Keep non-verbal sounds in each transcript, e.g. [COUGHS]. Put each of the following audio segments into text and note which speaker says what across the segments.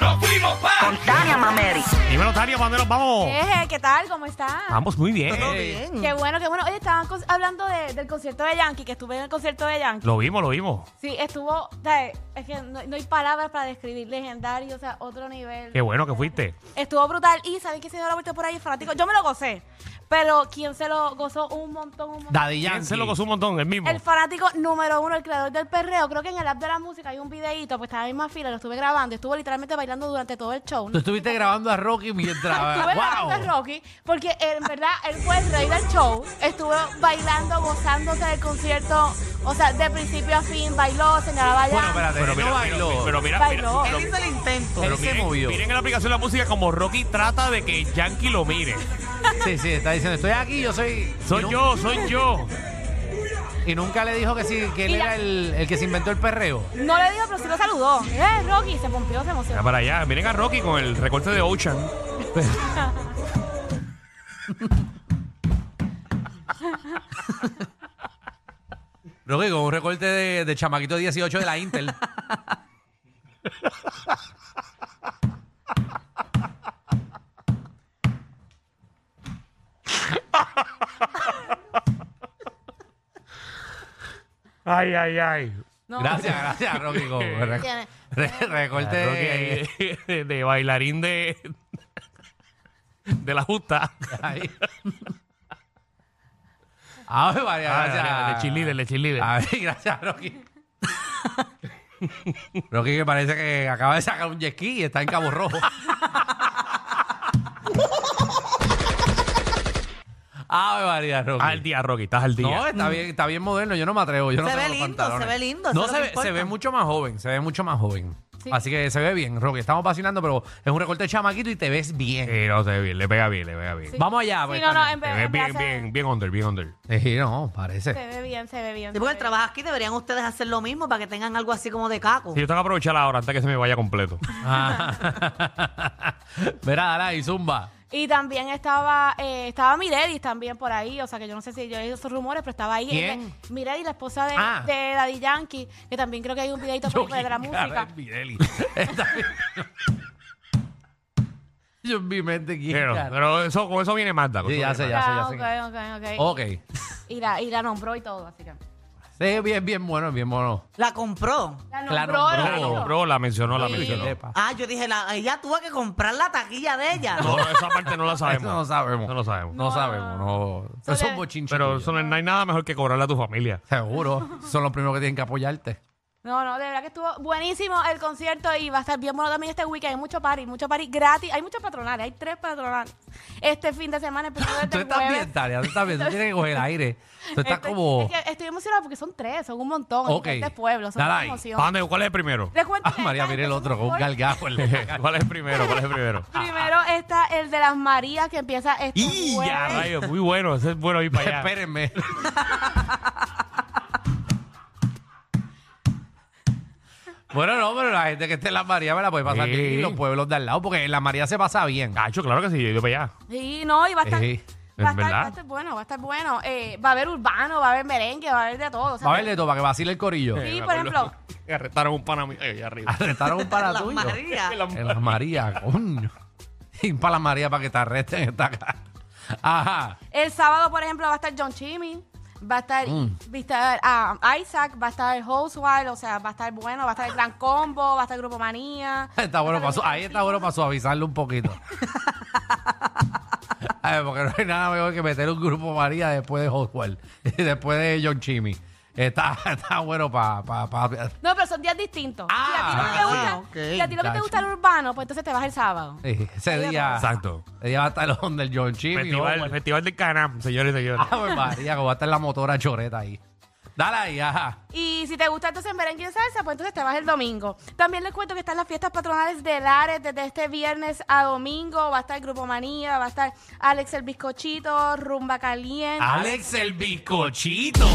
Speaker 1: ¡Nos fuimos, pa!
Speaker 2: Tania Mameri.
Speaker 3: Dímelo, Tania, ¿para dónde nos vamos?
Speaker 4: Eje, ¿Qué tal? ¿Cómo están?
Speaker 3: Vamos muy bien.
Speaker 4: Qué bueno, qué bueno. Oye, estaban cos- hablando de- del concierto de Yankee, que estuve en el concierto de Yankee.
Speaker 3: Lo vimos, lo vimos.
Speaker 4: Sí, estuvo, o sea, es que no, no hay palabras para describir, legendario, o sea, otro nivel.
Speaker 3: Qué bueno que fuiste.
Speaker 4: Estuvo brutal y ¿sabes quién se dio la vuelta por ahí, fanático? Yo me lo gocé, pero quien se lo gozó un montón, un montón.
Speaker 5: Daddy
Speaker 3: ¿Quién
Speaker 5: Yankee.
Speaker 3: se lo gozó un montón? El mismo.
Speaker 4: El fanático número uno, el creador del perreo, creo que en el app de la música hay un videíto, pues estaba en la misma fila, lo estuve grabando, estuvo literalmente bailando durante todo el show.
Speaker 5: Tú estuviste grabando a Rocky mientras.
Speaker 4: [LAUGHS] Estuve
Speaker 5: ¡Wow!
Speaker 4: grabando a Rocky porque eh, en verdad él fue el rey del show. Estuvo bailando, gozándose del concierto. O sea, de principio a fin, bailó, señalaba ya.
Speaker 5: Bueno, espérate,
Speaker 3: Pero
Speaker 5: él
Speaker 3: mira,
Speaker 5: no
Speaker 3: mira,
Speaker 5: bailó.
Speaker 3: pero mira,
Speaker 4: Bailó.
Speaker 3: mira,
Speaker 2: Él hizo el intento.
Speaker 5: Él
Speaker 3: pero
Speaker 5: se
Speaker 3: miren,
Speaker 5: movió.
Speaker 3: miren en la aplicación de la música como Rocky trata de que Yankee lo mire.
Speaker 5: Sí, sí, está diciendo, estoy aquí, yo soy. y
Speaker 3: Soy
Speaker 5: nu-
Speaker 3: yo, soy yo.
Speaker 5: Y nunca le dijo que sí, que él
Speaker 4: Y la-
Speaker 5: era el, el que se inventó el perreo.
Speaker 4: No le digo, pero sí lo saludó. Eh, Rocky, se pompió, se
Speaker 3: Mira
Speaker 4: emocionó.
Speaker 3: para allá. Miren a Rocky con el recorte de Ocean.
Speaker 5: Rocky con un recorte de, de chamaquito 18 de la Intel.
Speaker 3: Ay, ay, ay.
Speaker 4: No,
Speaker 5: [LAUGHS] Gracias, gracias, Rocky. Con re-
Speaker 4: Tiene-
Speaker 5: re- recorte
Speaker 3: Rocky ahí
Speaker 5: de.
Speaker 3: de, de bailarín de, de la justa.
Speaker 5: [LAUGHS] Ahí. Ay, María, gracias.
Speaker 3: Ah, de cheerleader, de cheerleader.
Speaker 5: Ay, [LAUGHS] gracias, Rocky. Rocky que parece que acaba de sacar un jet ski y está en
Speaker 3: [LAUGHS]
Speaker 5: Cabo Rojo. Ay, María, Rocky.
Speaker 3: Al día, Rocky, estás al día.
Speaker 5: no, está bien, está bien moderno, yo no me atrevo. Yo no
Speaker 2: Se
Speaker 5: tengo
Speaker 2: ve
Speaker 5: los
Speaker 2: lindo,
Speaker 5: pantalones.
Speaker 2: se ve lindo, eso
Speaker 5: No, se
Speaker 2: es lo que
Speaker 5: ve, se
Speaker 2: importa.
Speaker 5: ve mucho más joven, se ve mucho más joven.
Speaker 4: Sí.
Speaker 5: Así que se ve bien, Rocky. Estamos vacilando, pero es un recorte de chamaquito y te ves bien.
Speaker 3: Sí, no sé, bien, le pega bien, le pega bien.
Speaker 4: Sí.
Speaker 5: Vamos allá,
Speaker 4: Sí,
Speaker 5: pues,
Speaker 4: no, no,
Speaker 5: Tania.
Speaker 4: en
Speaker 3: Te
Speaker 4: verdad.
Speaker 3: ves bien,
Speaker 4: se-
Speaker 3: bien, bien under, bien under.
Speaker 5: Sí, no, parece.
Speaker 4: Se ve bien, se ve bien.
Speaker 2: Sí,
Speaker 4: se
Speaker 2: porque
Speaker 4: ve
Speaker 2: él trabaja aquí, deberían ustedes hacer lo mismo para que tengan algo así como de caco.
Speaker 3: Sí, yo tengo que aprovechar ahora antes que se me vaya completo.
Speaker 5: Ah. [LAUGHS] Verá, dale y zumba.
Speaker 4: bien. Y también estaba, eh, estaba Mirelis también por ahí. O sea, que yo no sé si yo he oído esos rumores, pero estaba ahí.
Speaker 5: ¿Quién?
Speaker 4: Mirelis, la esposa de,
Speaker 5: Ah.
Speaker 4: de Daddy Yankee, que también creo que hay un videito por ahí por ahí de la música.
Speaker 5: Está bien. Yo en mi mente quién
Speaker 3: [LAUGHS] Pero,
Speaker 5: cara.
Speaker 3: pero eso, con eso viene Magda. con
Speaker 5: Sí,
Speaker 3: eso
Speaker 5: ya
Speaker 3: viene
Speaker 5: sé, ya.
Speaker 3: Magda.
Speaker 4: Ah,
Speaker 5: sé,
Speaker 4: ok, ok, ok.
Speaker 5: Ok.
Speaker 4: Y la, y la nombró y todo, así que.
Speaker 5: Sí, bien, bien bueno, bien bueno.
Speaker 2: La compró.
Speaker 4: La
Speaker 5: La
Speaker 4: nombró,
Speaker 5: nombró,
Speaker 4: la
Speaker 3: La
Speaker 4: nombró.
Speaker 3: nombró, la mencionó, la
Speaker 4: Sí.
Speaker 3: mencionó.
Speaker 5: Epa.
Speaker 2: Ah, yo dije, la, ella tuvo que comprar la taquilla de ella. [LAUGHS]
Speaker 3: No, esa parte no la sabemos.
Speaker 5: Eso no sabemos.
Speaker 3: Eso no sabemos.
Speaker 5: No, sabemos, no. Eso es
Speaker 4: Sobre-
Speaker 5: un bochinche.
Speaker 3: Pero
Speaker 5: tuyo.
Speaker 3: eso no, no hay nada mejor que cobrarle a tu familia.
Speaker 5: Seguro. Son los primeros que tienen que apoyarte.
Speaker 4: No, no, de verdad que estuvo buenísimo el concierto y va a estar bien bueno también este weekend. Hay mucho party, mucho party gratis. Hay muchos patronales, hay tres patronales. Este fin de
Speaker 5: [LAUGHS]
Speaker 4: semana, empezando desde
Speaker 5: Tú
Speaker 4: el
Speaker 5: estás
Speaker 4: jueves.
Speaker 5: bien, Tania. Tú estás bien. Tú tienes que coger aire. Tú estás
Speaker 4: Estoy-
Speaker 5: como.
Speaker 4: es que estoy emocionada porque son tres, son un montón.
Speaker 5: Ok.
Speaker 4: En este pueblo, son
Speaker 5: Dale
Speaker 4: una
Speaker 5: ahí.
Speaker 4: emoción.
Speaker 3: ¿Para dónde? ¿Cuál es el
Speaker 4: [LAUGHS]
Speaker 3: primero?
Speaker 4: Les cuento
Speaker 5: Ah,
Speaker 4: que
Speaker 5: María,
Speaker 4: esta
Speaker 5: mira el
Speaker 4: gente
Speaker 5: otro
Speaker 4: son
Speaker 5: con un
Speaker 4: full.
Speaker 5: gargajo en la cara.
Speaker 3: ¿Cuál es el primero? ¿Cuál es el primero?
Speaker 4: Primero está el de las Marías que empieza este
Speaker 3: ¡Y ya,
Speaker 4: jueves.
Speaker 3: rayos! Muy bueno, ese es bueno ir para allá.
Speaker 5: Espérenme. [LAUGHS] bueno, no, pero la gente que esté en la María me la puede pasar
Speaker 3: Sí.
Speaker 5: bien y los pueblos de al lado, porque en la María se pasa bien.
Speaker 3: Cacho, claro que sí, yo he ido para allá.
Speaker 4: Sí, no, y va a estar.
Speaker 5: Ey,
Speaker 3: es
Speaker 4: va, a estar
Speaker 3: verdad.
Speaker 4: va a estar bueno, va a estar bueno. Eh, va a haber urbano, va a haber merengue, va a haber de todo. o sea,
Speaker 5: Va a haber de todo para que vacile el corillo.
Speaker 4: Sí,
Speaker 3: me
Speaker 4: por
Speaker 3: acuerdo
Speaker 4: ejemplo.
Speaker 3: que Arrestaron un pana mío ahí arriba.
Speaker 5: Arrestaron un para
Speaker 2: [LAUGHS] La
Speaker 5: tuyo.
Speaker 2: María.
Speaker 5: En la María, coño. Y para la María para que te arresten esta cara. Ajá.
Speaker 4: El sábado, por ejemplo, va a estar John Chimmy, va a estar
Speaker 5: Mm.
Speaker 4: va a estar, ah, Isaac, va a estar Housewild, o sea, va a estar bueno, va a estar el Gran Combo, va a estar Grupo Manía.
Speaker 5: [LAUGHS] Está bueno para su- ahí está bueno para suavizarlo un poquito. A ver, porque no hay nada mejor que meter un grupo María después de Hotwell [LAUGHS] y después de John Chimmy. Está, [LAUGHS] está bueno para... Pa, pa-
Speaker 4: No, pero son días distintos. si a ti no te
Speaker 5: Ah,
Speaker 4: gusta, si a ti no te gusta el urbano, pues entonces te vas el sábado.
Speaker 5: sí, ese día...
Speaker 3: Exacto.
Speaker 5: Ese día va a estar el on del John Chimmy. [LAUGHS] Ah,
Speaker 3: Festival,
Speaker 5: pues, Hotwell.
Speaker 3: Festival del Canam, señores y señores.
Speaker 5: Ave María, como va a estar la motora choreta ahí. Dale ahí, ajá.
Speaker 4: Y si te gusta entonces merengue y salsa, pues entonces te vas el domingo. También les cuento que están las fiestas patronales de Lares desde este viernes a domingo. Va a estar Grupo Manía, va a estar Alex el Bizcochito, Rumba Caliente.
Speaker 3: Ah.
Speaker 5: Alex el bizcochito.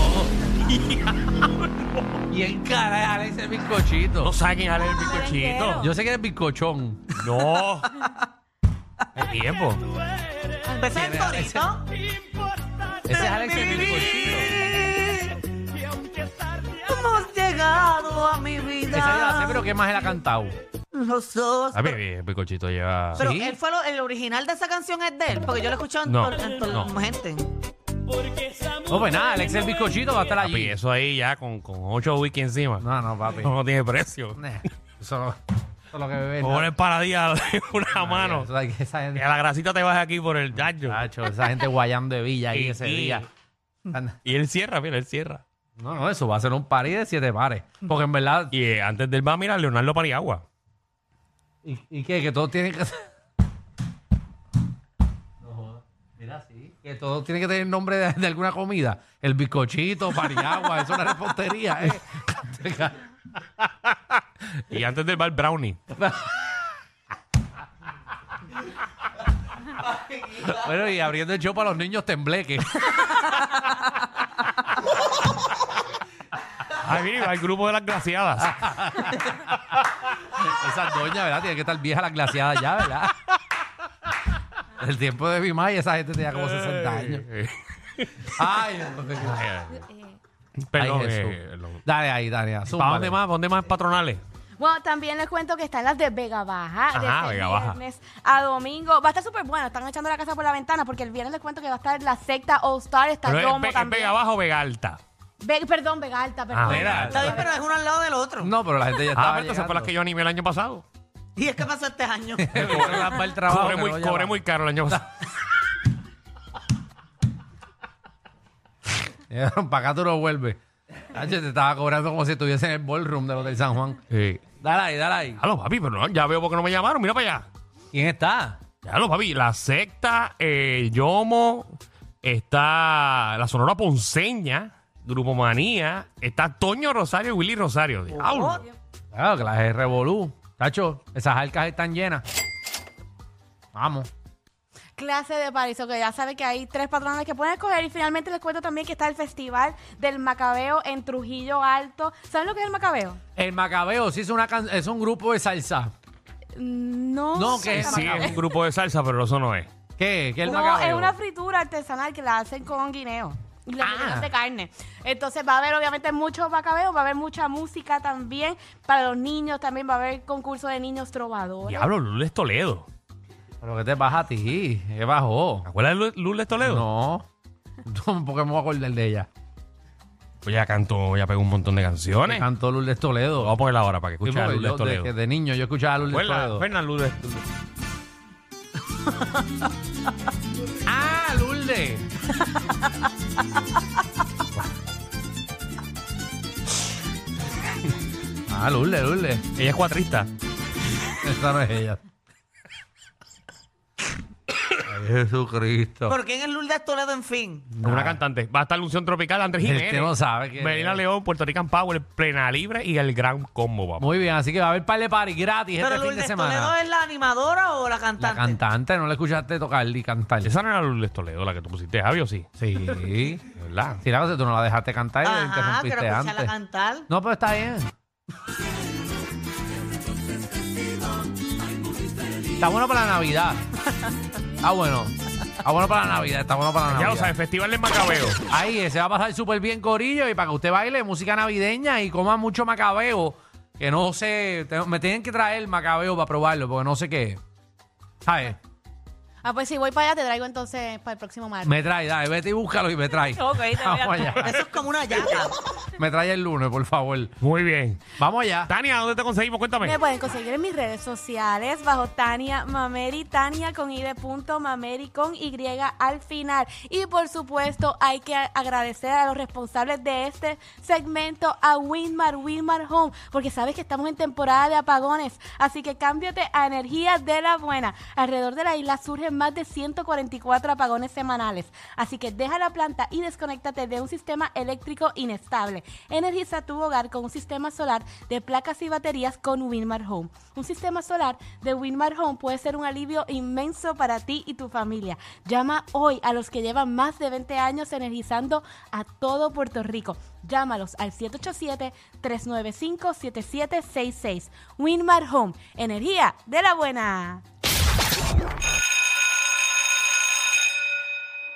Speaker 5: y el cara de Alex el bizcochito.
Speaker 3: No saquen a leer el
Speaker 4: Merenguero.
Speaker 3: bizcochito.
Speaker 5: Yo sé que eres bizcochón.
Speaker 3: No. Es tiempo.
Speaker 2: Empezó el corito.
Speaker 5: Ese es Alex el bizcochito.
Speaker 2: Hemos llegado a mi
Speaker 5: Esa yo la sé,
Speaker 2: vida.
Speaker 5: pero ¿qué más él ha cantado?
Speaker 2: Los dos.
Speaker 3: A ver, el bizcochito lleva.
Speaker 2: Pero
Speaker 5: ¿Sí?
Speaker 2: él fue lo- el original de esa canción es de él, porque yo lo he escuchado en,
Speaker 3: No,
Speaker 2: tor- en tor-
Speaker 3: no.
Speaker 2: gente.
Speaker 5: No, pues nada, Alex el bizcochito va a estar
Speaker 3: Papi,
Speaker 5: allí.
Speaker 3: eso ahí ya con, con ocho wiki encima. No,
Speaker 5: No, no, papi.
Speaker 3: tiene precio.
Speaker 5: Nah, [LAUGHS] Eso no- eso es lo que bebe.
Speaker 3: Con el paradía de [LAUGHS] una mano.
Speaker 5: Eso hay que- esa
Speaker 3: Que
Speaker 5: gente,
Speaker 3: la grasita te baja aquí por el chacho.
Speaker 5: Chacho, esa gente guayando de villa ahí
Speaker 3: Y-
Speaker 5: ese
Speaker 3: y-
Speaker 5: día. Anda.
Speaker 3: Y él cierra, mira, él cierra.
Speaker 5: No, no, eso va a ser un party de siete pares. Porque en verdad,
Speaker 3: Y eh, antes del va, mira, Leonardo Pariagua.
Speaker 5: ¿y, y qué? Que todos tienen que. No jodas. Mira, sí. Que todos tienen que tener nombre de, de alguna comida. El bizcochito, pariagua, eso es una repostería, [LAUGHS] ¿eh?
Speaker 3: Y antes del bar, Brownie.
Speaker 5: bueno, y abriendo el show para los niños tembleque.
Speaker 3: Ay, mira, y va el grupo de las glaciadas.
Speaker 5: Esas doñas, ¿verdad? Tienen que estar viejas las glaciadas ya, ¿verdad? El tiempo de Bimay, esa gente tenía [LAUGHS] como 60 años.
Speaker 3: Eh,
Speaker 5: Ay, Dios mío.
Speaker 3: Perdón,
Speaker 5: Ay, Jesús.
Speaker 3: eh, lo-
Speaker 5: Dale ahí, Dani.
Speaker 3: ¿Para dónde más? ¿Dónde más patronales?
Speaker 4: Bueno, también les cuento que están las de Vega Baja.
Speaker 3: Ajá,
Speaker 4: desde
Speaker 3: Vega Baja.
Speaker 4: viernes a domingo. Va a estar súper bueno. Están echando la casa por la ventana porque el viernes les cuento que va a estar la secta All Star. Está
Speaker 3: Pero es,
Speaker 4: Romo
Speaker 3: Ve- es
Speaker 4: también.
Speaker 3: Vega Abajo o Vega Alta.
Speaker 4: Ve- perdón, Vega Alta, perdón.
Speaker 3: Vega
Speaker 2: Está bien, pero es uno al lado del otro.
Speaker 5: No, pero la gente ya
Speaker 3: Ah,
Speaker 5: estaba
Speaker 3: pero esas
Speaker 5: llegando.
Speaker 3: fueron las que yo animé el año pasado.
Speaker 2: Y es que pasó este año.
Speaker 5: [LAUGHS] Me cobré las para el trabajo.
Speaker 3: Cobré
Speaker 5: que
Speaker 3: muy,
Speaker 5: no
Speaker 3: cobré
Speaker 5: llevaba.
Speaker 3: muy caro el año pasado.
Speaker 5: [LAUGHS] Llegaron, para acá tú no vuelves. Tacho, te estaba cobrando como si estuviese en el ballroom del Hotel San Juan.
Speaker 3: Sí.
Speaker 5: Dale ahí, dale ahí.
Speaker 3: Ya lo, papi, pero no, ya veo por qué no me llamaron. Mira para allá.
Speaker 5: ¿Quién está?
Speaker 3: Ya lo, papi. La secta, eh, Yomo, está la Sonora Ponceña, Grupo Manía, está Toño Rosario y Willy Rosario. Diablo.
Speaker 5: Claro, que las de revolú. Tacho, esas arcas están llenas. Vamos.
Speaker 4: clase de parís, que ya sabe que hay tres patrones que pueden escoger. Y finalmente les cuento también que está el Festival del Macabeo en Trujillo Alto. ¿Saben lo que es el Macabeo?
Speaker 5: El Macabeo sí es, una can- es un grupo de salsa.
Speaker 4: Mm, No.
Speaker 5: No,
Speaker 4: sé
Speaker 5: que
Speaker 4: el
Speaker 3: Sí,
Speaker 4: Macabeo.
Speaker 3: es un grupo de salsa, pero eso no es.
Speaker 5: ¿Qué? ¿Qué es el
Speaker 4: No,
Speaker 5: Macabeo?
Speaker 4: es una fritura artesanal que la hacen con guineo. Y los
Speaker 5: Ah.
Speaker 4: rellenan de carne. Entonces va a haber obviamente mucho macabeo, va a haber mucha música también para los niños, también va a haber concurso de niños trovadores.
Speaker 3: Diablo, Lules Toledo.
Speaker 5: ¿Pero qué te pasa a ti? ¿Qué bajó?
Speaker 3: ¿Te acuerdas de Lu- Lourdes Toledo?
Speaker 5: No. [LAUGHS] No, porque me voy a acordar de ella.
Speaker 3: Pues ya cantó, ya pegó un montón de canciones.
Speaker 5: Cantó Lourdes Toledo.
Speaker 3: Vamos a ponerla ahora para que
Speaker 5: Sí,
Speaker 3: escuche a
Speaker 5: porque
Speaker 3: Lourdes
Speaker 5: yo de,
Speaker 3: Toledo.
Speaker 5: que de niño yo escuchaba a Lourdes
Speaker 3: Fernando
Speaker 5: Toledo.
Speaker 3: Lourdes
Speaker 5: ¡Ah, Lourdes! [LAUGHS] ah, Lourdes, Lourdes.
Speaker 3: Ella es cuatrista.
Speaker 5: Esa no es
Speaker 3: [COUGHS]
Speaker 5: ella. Ay, Jesucristo.
Speaker 2: ¿Por quién es Lourdes Toledo, en fin?
Speaker 3: Una cantante. Va a estar Lución Tropical, Andrés
Speaker 5: Este
Speaker 3: Jiménez.
Speaker 5: no sabe quién
Speaker 3: Melina
Speaker 5: es.
Speaker 3: León, Puerto Rican Power, Plena Libre y el Gran Combo, papá.
Speaker 5: Muy bien, así que va a haber par de party gratis
Speaker 2: ¿Pero
Speaker 5: este fin de
Speaker 2: Lourdes
Speaker 5: semana.
Speaker 2: Toledo es la animadora o la
Speaker 5: La
Speaker 2: cantante?
Speaker 5: cantante, no la escuchaste tocar y cantar.
Speaker 3: Esa no era Lourdes Toledo, la que tú pusiste, Javi, ¿o sí?
Speaker 5: Sí.
Speaker 3: [LAUGHS] ¿Verdad?
Speaker 5: Sí, la cosa, tú no la dejaste cantar y la
Speaker 2: Ajá, quiero
Speaker 5: interrumpiste
Speaker 2: escucharla
Speaker 5: antes.
Speaker 2: cantar.
Speaker 5: No, pero está bien. Está bueno para la Navidad. Está bueno. Está bueno para la Navidad. Está bueno para la
Speaker 3: Ya
Speaker 5: Navidad.
Speaker 3: lo sabes, Festival de Macabeo.
Speaker 5: Ahí eh, se va a pasar súper bien, Corillo. Y para que usted baile música navideña y coma mucho macabeo, que no sé. te- me tienen que traer macabeo para probarlo, porque no sé qué. es. ¿Sabes?
Speaker 4: Ah, pues si voy para allá te traigo entonces para el próximo martes.
Speaker 5: Me trae, dale, vete y búscalo y me trae.
Speaker 4: Ok, te voy a-
Speaker 5: Vamos allá.
Speaker 2: Eso es
Speaker 5: [LAUGHS]
Speaker 2: como una llaga.
Speaker 5: Me trae el lunes, por favor.
Speaker 3: Muy bien.
Speaker 5: Vamos allá.
Speaker 3: Tania, ¿dónde te conseguimos? Cuéntame.
Speaker 4: Me pueden conseguir en mis redes sociales bajo Tania Mameri, Tania con I de punto, Mameri con Y al final. Y por supuesto, hay que a- agradecer a los responsables de este segmento, a Winmar, Winmar Home, porque sabes que estamos en temporada de apagones, así que cámbiate a energía de la buena. Alrededor de la isla surgen más de 144 apagones semanales. Así que deja la planta y desconéctate de un sistema eléctrico inestable. Energiza tu hogar con un sistema solar de placas y baterías con Winmar Home. Un sistema solar de Winmar Home puede ser un alivio inmenso para ti y tu familia. Llama hoy a los que llevan más de 20 años energizando a todo Puerto Rico. Llámalos al 787-395-7766. Winmar Home, energía de la buena.